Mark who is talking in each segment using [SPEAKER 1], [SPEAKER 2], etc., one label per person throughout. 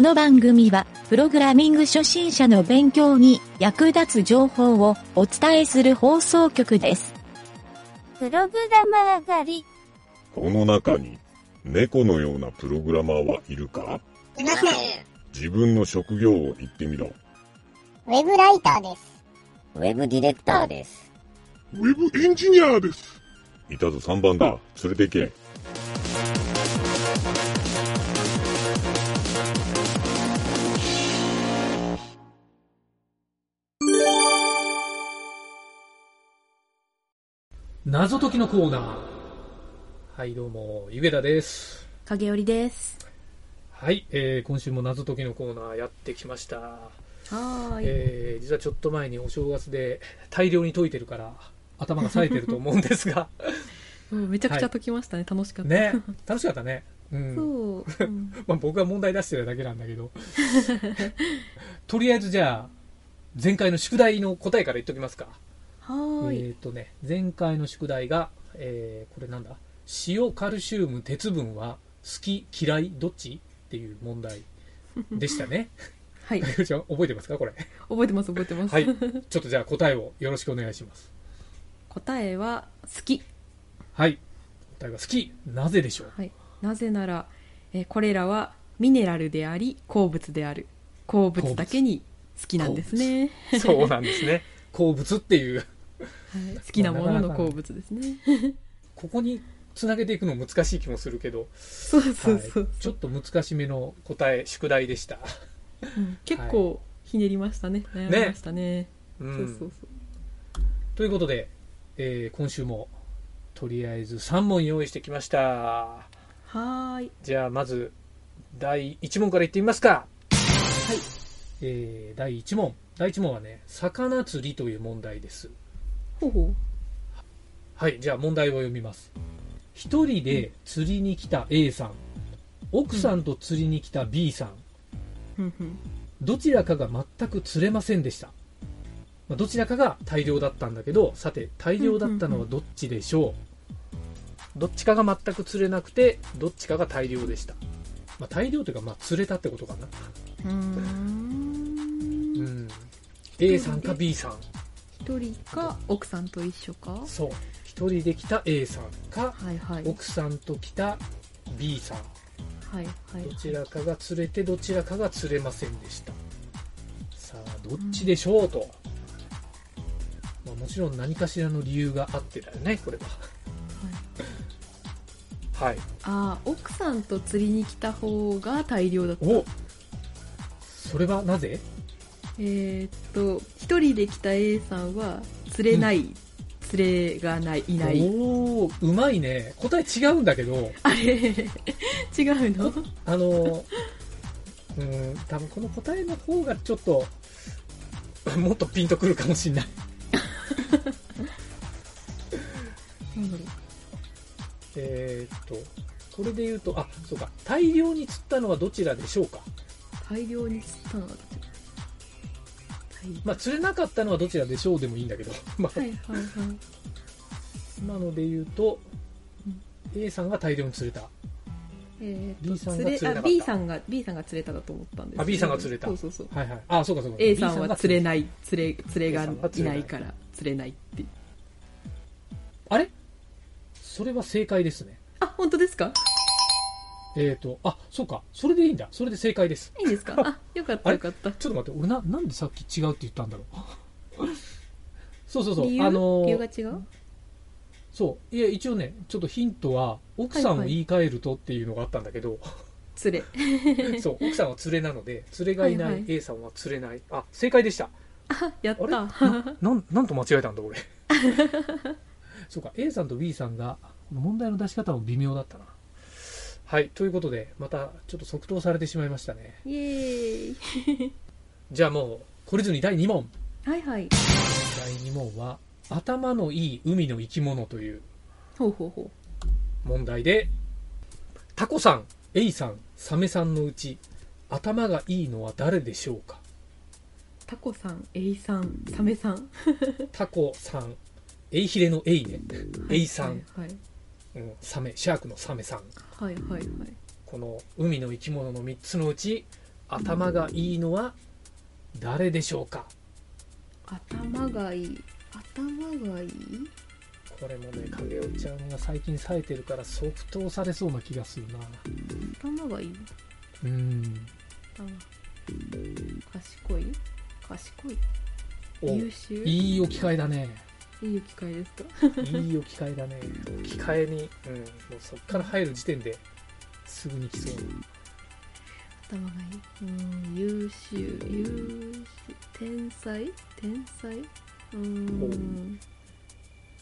[SPEAKER 1] の番組は、プログラミング初心者の勉強に役立つ情報をお伝えする放送局です。
[SPEAKER 2] プログラマー上がり。
[SPEAKER 3] この中に、猫のようなプログラマーはいるか
[SPEAKER 4] いません。
[SPEAKER 3] 自分の職業を言ってみろ。
[SPEAKER 5] ウェブライターです。
[SPEAKER 6] ウェブディレクターです。
[SPEAKER 4] ウェブエンジニアです。
[SPEAKER 3] いたぞ3番だ。連れて行け。
[SPEAKER 7] 謎解きのコーナー。はい、どうも、ゆげたです。
[SPEAKER 8] 影織です。
[SPEAKER 7] はい、えー今週も謎解きのコーナーやってきました。
[SPEAKER 8] はーい。
[SPEAKER 7] えー実はちょっと前にお正月で大量に解いてるから、頭が冴えてると思うんです が、
[SPEAKER 8] うん、めちゃくちゃ解きましたね。楽しかった。
[SPEAKER 7] ね、楽しかったね。うん。
[SPEAKER 8] そう。うん
[SPEAKER 7] まあ、僕が問題出してるだけなんだけ ど。とりあえずじゃあ、前回の宿題の答えから言っときますか。
[SPEAKER 8] はー
[SPEAKER 7] え
[SPEAKER 8] い。
[SPEAKER 7] っ、とね、前回の宿題が、えーこれなんだ塩、カルシウム、鉄分は好き、嫌い、どっちっていう問題でしたね。
[SPEAKER 8] は い。
[SPEAKER 7] 大丈夫覚えてますかこれ。
[SPEAKER 8] 覚えてます、覚えてます。
[SPEAKER 7] はい。ちょっとじゃあ答えをよろしくお願いします。
[SPEAKER 8] 答えは、好き。
[SPEAKER 7] はい。答えは好き。なぜでしょう
[SPEAKER 8] はい。なぜなら、えーこれらはミネラルであり、鉱物である。鉱物だけに好きなんですね。
[SPEAKER 7] そうなんですね。鉱物っていう。
[SPEAKER 8] はい、好きなものの鉱物ですね。
[SPEAKER 7] ここにつなげていくの難しい気もするけど、
[SPEAKER 8] そうそう
[SPEAKER 7] は
[SPEAKER 8] そ、。
[SPEAKER 7] いうちょっと難しめの答え、宿題でした。
[SPEAKER 8] うん結構ひねりましたね。悩みましたね。
[SPEAKER 7] う
[SPEAKER 8] そ
[SPEAKER 7] ん
[SPEAKER 8] うそうそう。
[SPEAKER 7] ということで、えー今週もとりあえず3問用意してきました
[SPEAKER 8] はーい。
[SPEAKER 7] じゃあまず第1問からいってみますかはい、えー第1問第1問はね魚釣りという問題です
[SPEAKER 8] ほうほ
[SPEAKER 7] はいじゃあ問題を読みます一人で釣りに来た A さん奥さんと釣りに来た B さん
[SPEAKER 8] う。ふんふん
[SPEAKER 7] どちらかが全く釣れませんでしたまあどちらかが大量だったんだけどさて大量だったのはどっちでしょう,、どっちかが全く釣れなくてどっちかが大量でした、まあ、大量というかまあ釣れたってことかな
[SPEAKER 8] うーん
[SPEAKER 7] うん A さんか B さん
[SPEAKER 8] 一人か奥さんと一緒か
[SPEAKER 7] そう一人で来た A さんか
[SPEAKER 8] はいはい
[SPEAKER 7] 奥さんと来た B さん
[SPEAKER 8] はいはい
[SPEAKER 7] どちらかが釣れてどちらかが釣れませんでしたさあどっちでしょうと、まあ、もちろん何かしらの理由があってだよねこれははい
[SPEAKER 8] ああ奥さんと釣りに来た方が大量だった
[SPEAKER 7] おそれはなぜ
[SPEAKER 8] えーっと一人で来た A さんは釣れない、釣れがないいない
[SPEAKER 7] おーうまいね答え違うんだけど
[SPEAKER 8] あれ違うの
[SPEAKER 7] あのうん多分この答えの方がちょっともっとピンとくるかもしんないえーっとこれで言うとあそうか大量に釣ったのはどちらでしょうか
[SPEAKER 8] 大量に釣ったのはどっち大量
[SPEAKER 7] まあ、釣れなかったのはどちらでしょうでもいいんだけど、 まあ
[SPEAKER 8] はいはいはい
[SPEAKER 7] 今ので言うと
[SPEAKER 8] うん
[SPEAKER 7] A さんが大量に釣れた
[SPEAKER 8] えー
[SPEAKER 7] B
[SPEAKER 8] っ
[SPEAKER 7] さ
[SPEAKER 8] と
[SPEAKER 7] んが釣れなか
[SPEAKER 8] あ
[SPEAKER 7] った
[SPEAKER 8] B さんが B さんが釣れただと思ったんですけど
[SPEAKER 7] あ B さんが釣れた
[SPEAKER 8] そうそうそう
[SPEAKER 7] はいはいあそうかそうか
[SPEAKER 8] A さんは釣れ
[SPEAKER 7] い
[SPEAKER 8] ない釣れ釣れが
[SPEAKER 7] A さんは釣
[SPEAKER 8] い
[SPEAKER 7] れ
[SPEAKER 8] な
[SPEAKER 7] ない
[SPEAKER 8] いから釣れないって
[SPEAKER 7] あれそれは正解ですね
[SPEAKER 8] あ本当ですか
[SPEAKER 7] えっ、とあそうかそれでいいんだそれで正解です
[SPEAKER 8] いいんですかあよかっ
[SPEAKER 7] あ
[SPEAKER 8] た
[SPEAKER 7] れ
[SPEAKER 8] よかった
[SPEAKER 7] ちょっと待って俺ななんでさっき違うって言ったんだろう そうそうそう
[SPEAKER 8] 理由,、
[SPEAKER 7] あのー
[SPEAKER 8] 理由が違う
[SPEAKER 7] そういや一応ねちょっとヒントは奥さんを言い換えるとっていうのがあったんだけど、
[SPEAKER 8] 釣れ
[SPEAKER 7] そう奥さんは釣れなので釣れがいない、
[SPEAKER 8] はいはい
[SPEAKER 7] A さんは釣れないあ正解でした
[SPEAKER 8] やっ
[SPEAKER 7] あれ
[SPEAKER 8] た
[SPEAKER 7] なん なんと間違えたんだ 俺そうか A さんと B さんが問題の出し方も微妙だったなはいということでまたちょっと即答されてしまいましたね
[SPEAKER 8] イエーイ
[SPEAKER 7] じゃあもう懲りずに第2問
[SPEAKER 8] はいはい
[SPEAKER 7] 第2問は頭のいい海の生き物という
[SPEAKER 8] ほうほうほ
[SPEAKER 7] 問題でタコさん A さんサメさんのうち頭がいいのは誰でしょうか
[SPEAKER 8] うタコさんエイさんサメさん
[SPEAKER 7] タコさんエイヒレのエイねエイさん、
[SPEAKER 8] はい
[SPEAKER 7] うん、サメシャークのサメさん
[SPEAKER 8] はいはいはいはいはい
[SPEAKER 7] この海の生き物の3つのうち頭がいいのは誰でしょうか
[SPEAKER 8] 頭がいい頭がいい
[SPEAKER 7] これもね影尾ちゃんが最近冴えてるから即答されそうな気がするな
[SPEAKER 8] 頭がいい
[SPEAKER 7] うん
[SPEAKER 8] 頭賢い賢い
[SPEAKER 7] お
[SPEAKER 8] 優秀い
[SPEAKER 7] いい置き換えだね
[SPEAKER 8] い機会ですか
[SPEAKER 7] いい置き換えだね置き換えに、うん、もうそっから入る時点ですぐに来そう
[SPEAKER 8] 頭がいいうん優秀優秀天才天才う
[SPEAKER 7] ほ
[SPEAKER 8] ー
[SPEAKER 7] うん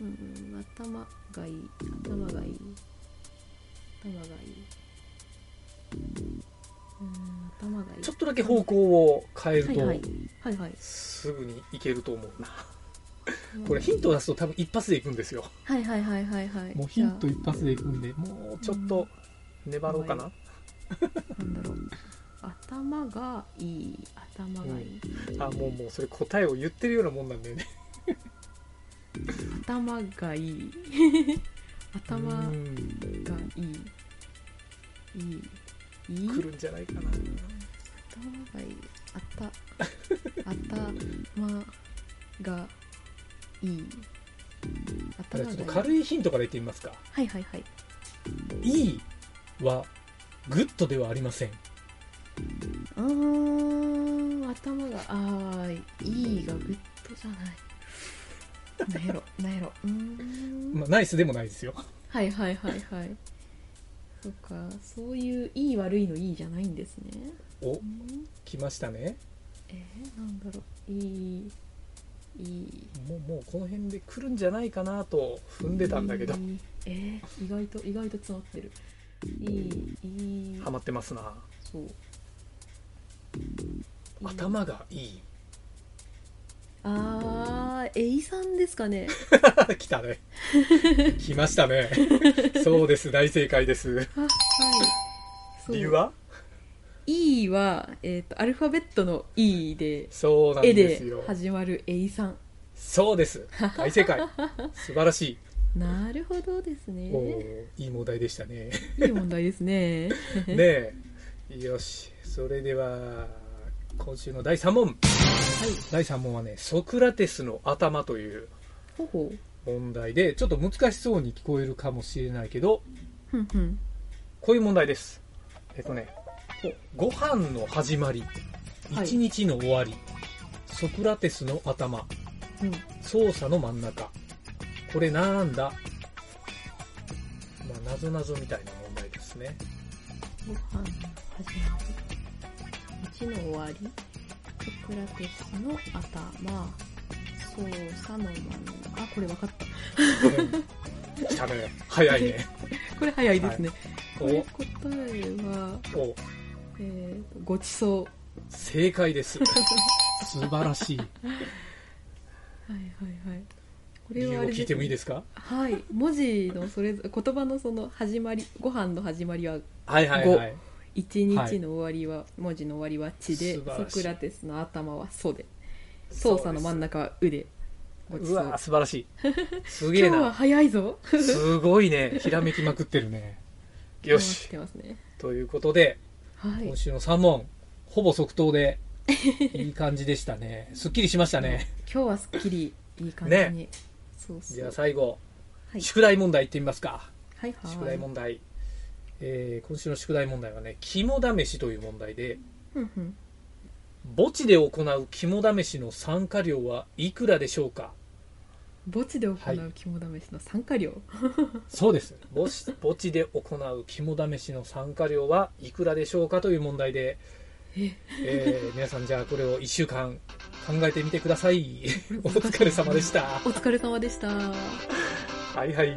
[SPEAKER 8] うん頭がいい頭がいい頭がいいうん頭がいい
[SPEAKER 7] ちょっとだけ方向を変えると、
[SPEAKER 8] はいはいはいはい
[SPEAKER 7] すぐにいけると思うなこれヒント出すと多分一発でいくんですよ
[SPEAKER 8] はいはいはいはいはい
[SPEAKER 7] もうヒント一発でいくんでもうちょっと粘ろうかな、
[SPEAKER 8] じゃあなんだろう頭がいい頭がいい、
[SPEAKER 7] あもうもうそれ答えを言ってるようなもんなんだよね
[SPEAKER 8] 頭がいい頭が
[SPEAKER 7] うん
[SPEAKER 8] いいいいいい
[SPEAKER 7] 来るんじゃないかな
[SPEAKER 8] 頭がいいあた頭がいい
[SPEAKER 7] じゃ
[SPEAKER 8] 頭
[SPEAKER 7] あちょ
[SPEAKER 8] がい
[SPEAKER 7] っ
[SPEAKER 8] い
[SPEAKER 7] と軽いヒントからいってみますか
[SPEAKER 8] はいはいはい
[SPEAKER 7] 「いい」はグッドではありません
[SPEAKER 8] うーん頭があーいいがグッドじゃないなんやろなんやろうーん
[SPEAKER 7] まあ、ナイスでもないですよ
[SPEAKER 8] はいはいはいはいそっかそういういい悪いのいいじゃないんですね
[SPEAKER 7] お
[SPEAKER 8] うん
[SPEAKER 7] 来ましたね
[SPEAKER 8] えー、なんだろういいいい
[SPEAKER 7] もうもうこの辺で来るんじゃないかなと踏んでたんだけど
[SPEAKER 8] いいえー、意外と意外と詰まってるいいいい
[SPEAKER 7] ハマってますな
[SPEAKER 8] そう
[SPEAKER 7] 頭がいい
[SPEAKER 8] あーエイさんですかね
[SPEAKER 7] 来たね来ましたねそうです大正解です
[SPEAKER 8] あはいそう
[SPEAKER 7] 理由は
[SPEAKER 8] E は、えー、とアルファベットの E で
[SPEAKER 7] そうなん
[SPEAKER 8] 絵
[SPEAKER 7] です
[SPEAKER 8] で
[SPEAKER 7] よ
[SPEAKER 8] 始まるエイさん
[SPEAKER 7] そうです大正解素晴らし
[SPEAKER 8] なるほどです
[SPEAKER 7] い
[SPEAKER 8] ね
[SPEAKER 7] おーいい問題でしたね
[SPEAKER 8] いい問題ですね
[SPEAKER 7] ねえよしそれでは今週の第3問、第3問はねソクラテスの頭という
[SPEAKER 8] ほほ
[SPEAKER 7] 問題でちょっと難しそうに聞こえるかもしれないけど
[SPEAKER 8] ふんふん
[SPEAKER 7] こういう問題ですえっとねご飯の始まり
[SPEAKER 8] はい
[SPEAKER 7] 一日の終わり、ソクラテスの頭
[SPEAKER 8] うん
[SPEAKER 7] 操作の真ん中これなんだまあなぞなぞみたいな問題ですね
[SPEAKER 8] ご飯の始まり1の終わりソクラテスの頭操作の真ん中あこれ分かった
[SPEAKER 7] うん来たね早いね
[SPEAKER 8] これ早いですね、
[SPEAKER 7] お
[SPEAKER 8] これ答えは、
[SPEAKER 7] お
[SPEAKER 8] えーと、ごちそう
[SPEAKER 7] 正解です素晴らしい
[SPEAKER 8] はいはいはいこ
[SPEAKER 7] 理由を
[SPEAKER 8] です
[SPEAKER 7] 聞いてもいいですか
[SPEAKER 8] はい文字のそれぞれ言葉のその始まりご飯の始まりは
[SPEAKER 7] はいはいはい
[SPEAKER 8] 一
[SPEAKER 7] はい
[SPEAKER 8] 日の終わりは、文字の終わりは「ち」で
[SPEAKER 7] 素晴
[SPEAKER 8] ソ
[SPEAKER 7] らしい
[SPEAKER 8] クラテスの頭は「そ」で操作の真ん中は「う」で
[SPEAKER 7] そ
[SPEAKER 8] ご
[SPEAKER 7] う
[SPEAKER 8] ち
[SPEAKER 7] です
[SPEAKER 8] そう
[SPEAKER 7] うわ素晴らし いすげ
[SPEAKER 8] 今
[SPEAKER 7] え
[SPEAKER 8] 日は
[SPEAKER 7] な
[SPEAKER 8] 早いぞ
[SPEAKER 7] すごいねひらめきまくってるねよ
[SPEAKER 8] 回っ
[SPEAKER 7] して
[SPEAKER 8] ますね
[SPEAKER 7] ということで
[SPEAKER 8] はい
[SPEAKER 7] 今週の3問ほぼ即答でいい感じでしたねすっきりしましたね
[SPEAKER 8] 今日はすっきりいい感じに、
[SPEAKER 7] ね
[SPEAKER 8] そうそう
[SPEAKER 7] じゃあ最後、
[SPEAKER 8] はい
[SPEAKER 7] 宿題問題いってみますか
[SPEAKER 8] はいはい
[SPEAKER 7] 宿題問題、えー今週の宿題問題はね肝試しという問題で
[SPEAKER 8] うんうん
[SPEAKER 7] 墓地で行う肝試しの参加料はいくらでしょうか
[SPEAKER 8] 墓地で行
[SPEAKER 7] はいう
[SPEAKER 8] 肝試しの参加料、
[SPEAKER 7] そうです墓地墓地で行う肝試しの参加料はいくらでしょうかという問題で
[SPEAKER 8] え、
[SPEAKER 7] えー皆さんじゃあこれを1週間考えてみてくださ いお疲れ様でした
[SPEAKER 8] お疲れ様でした
[SPEAKER 7] はいはい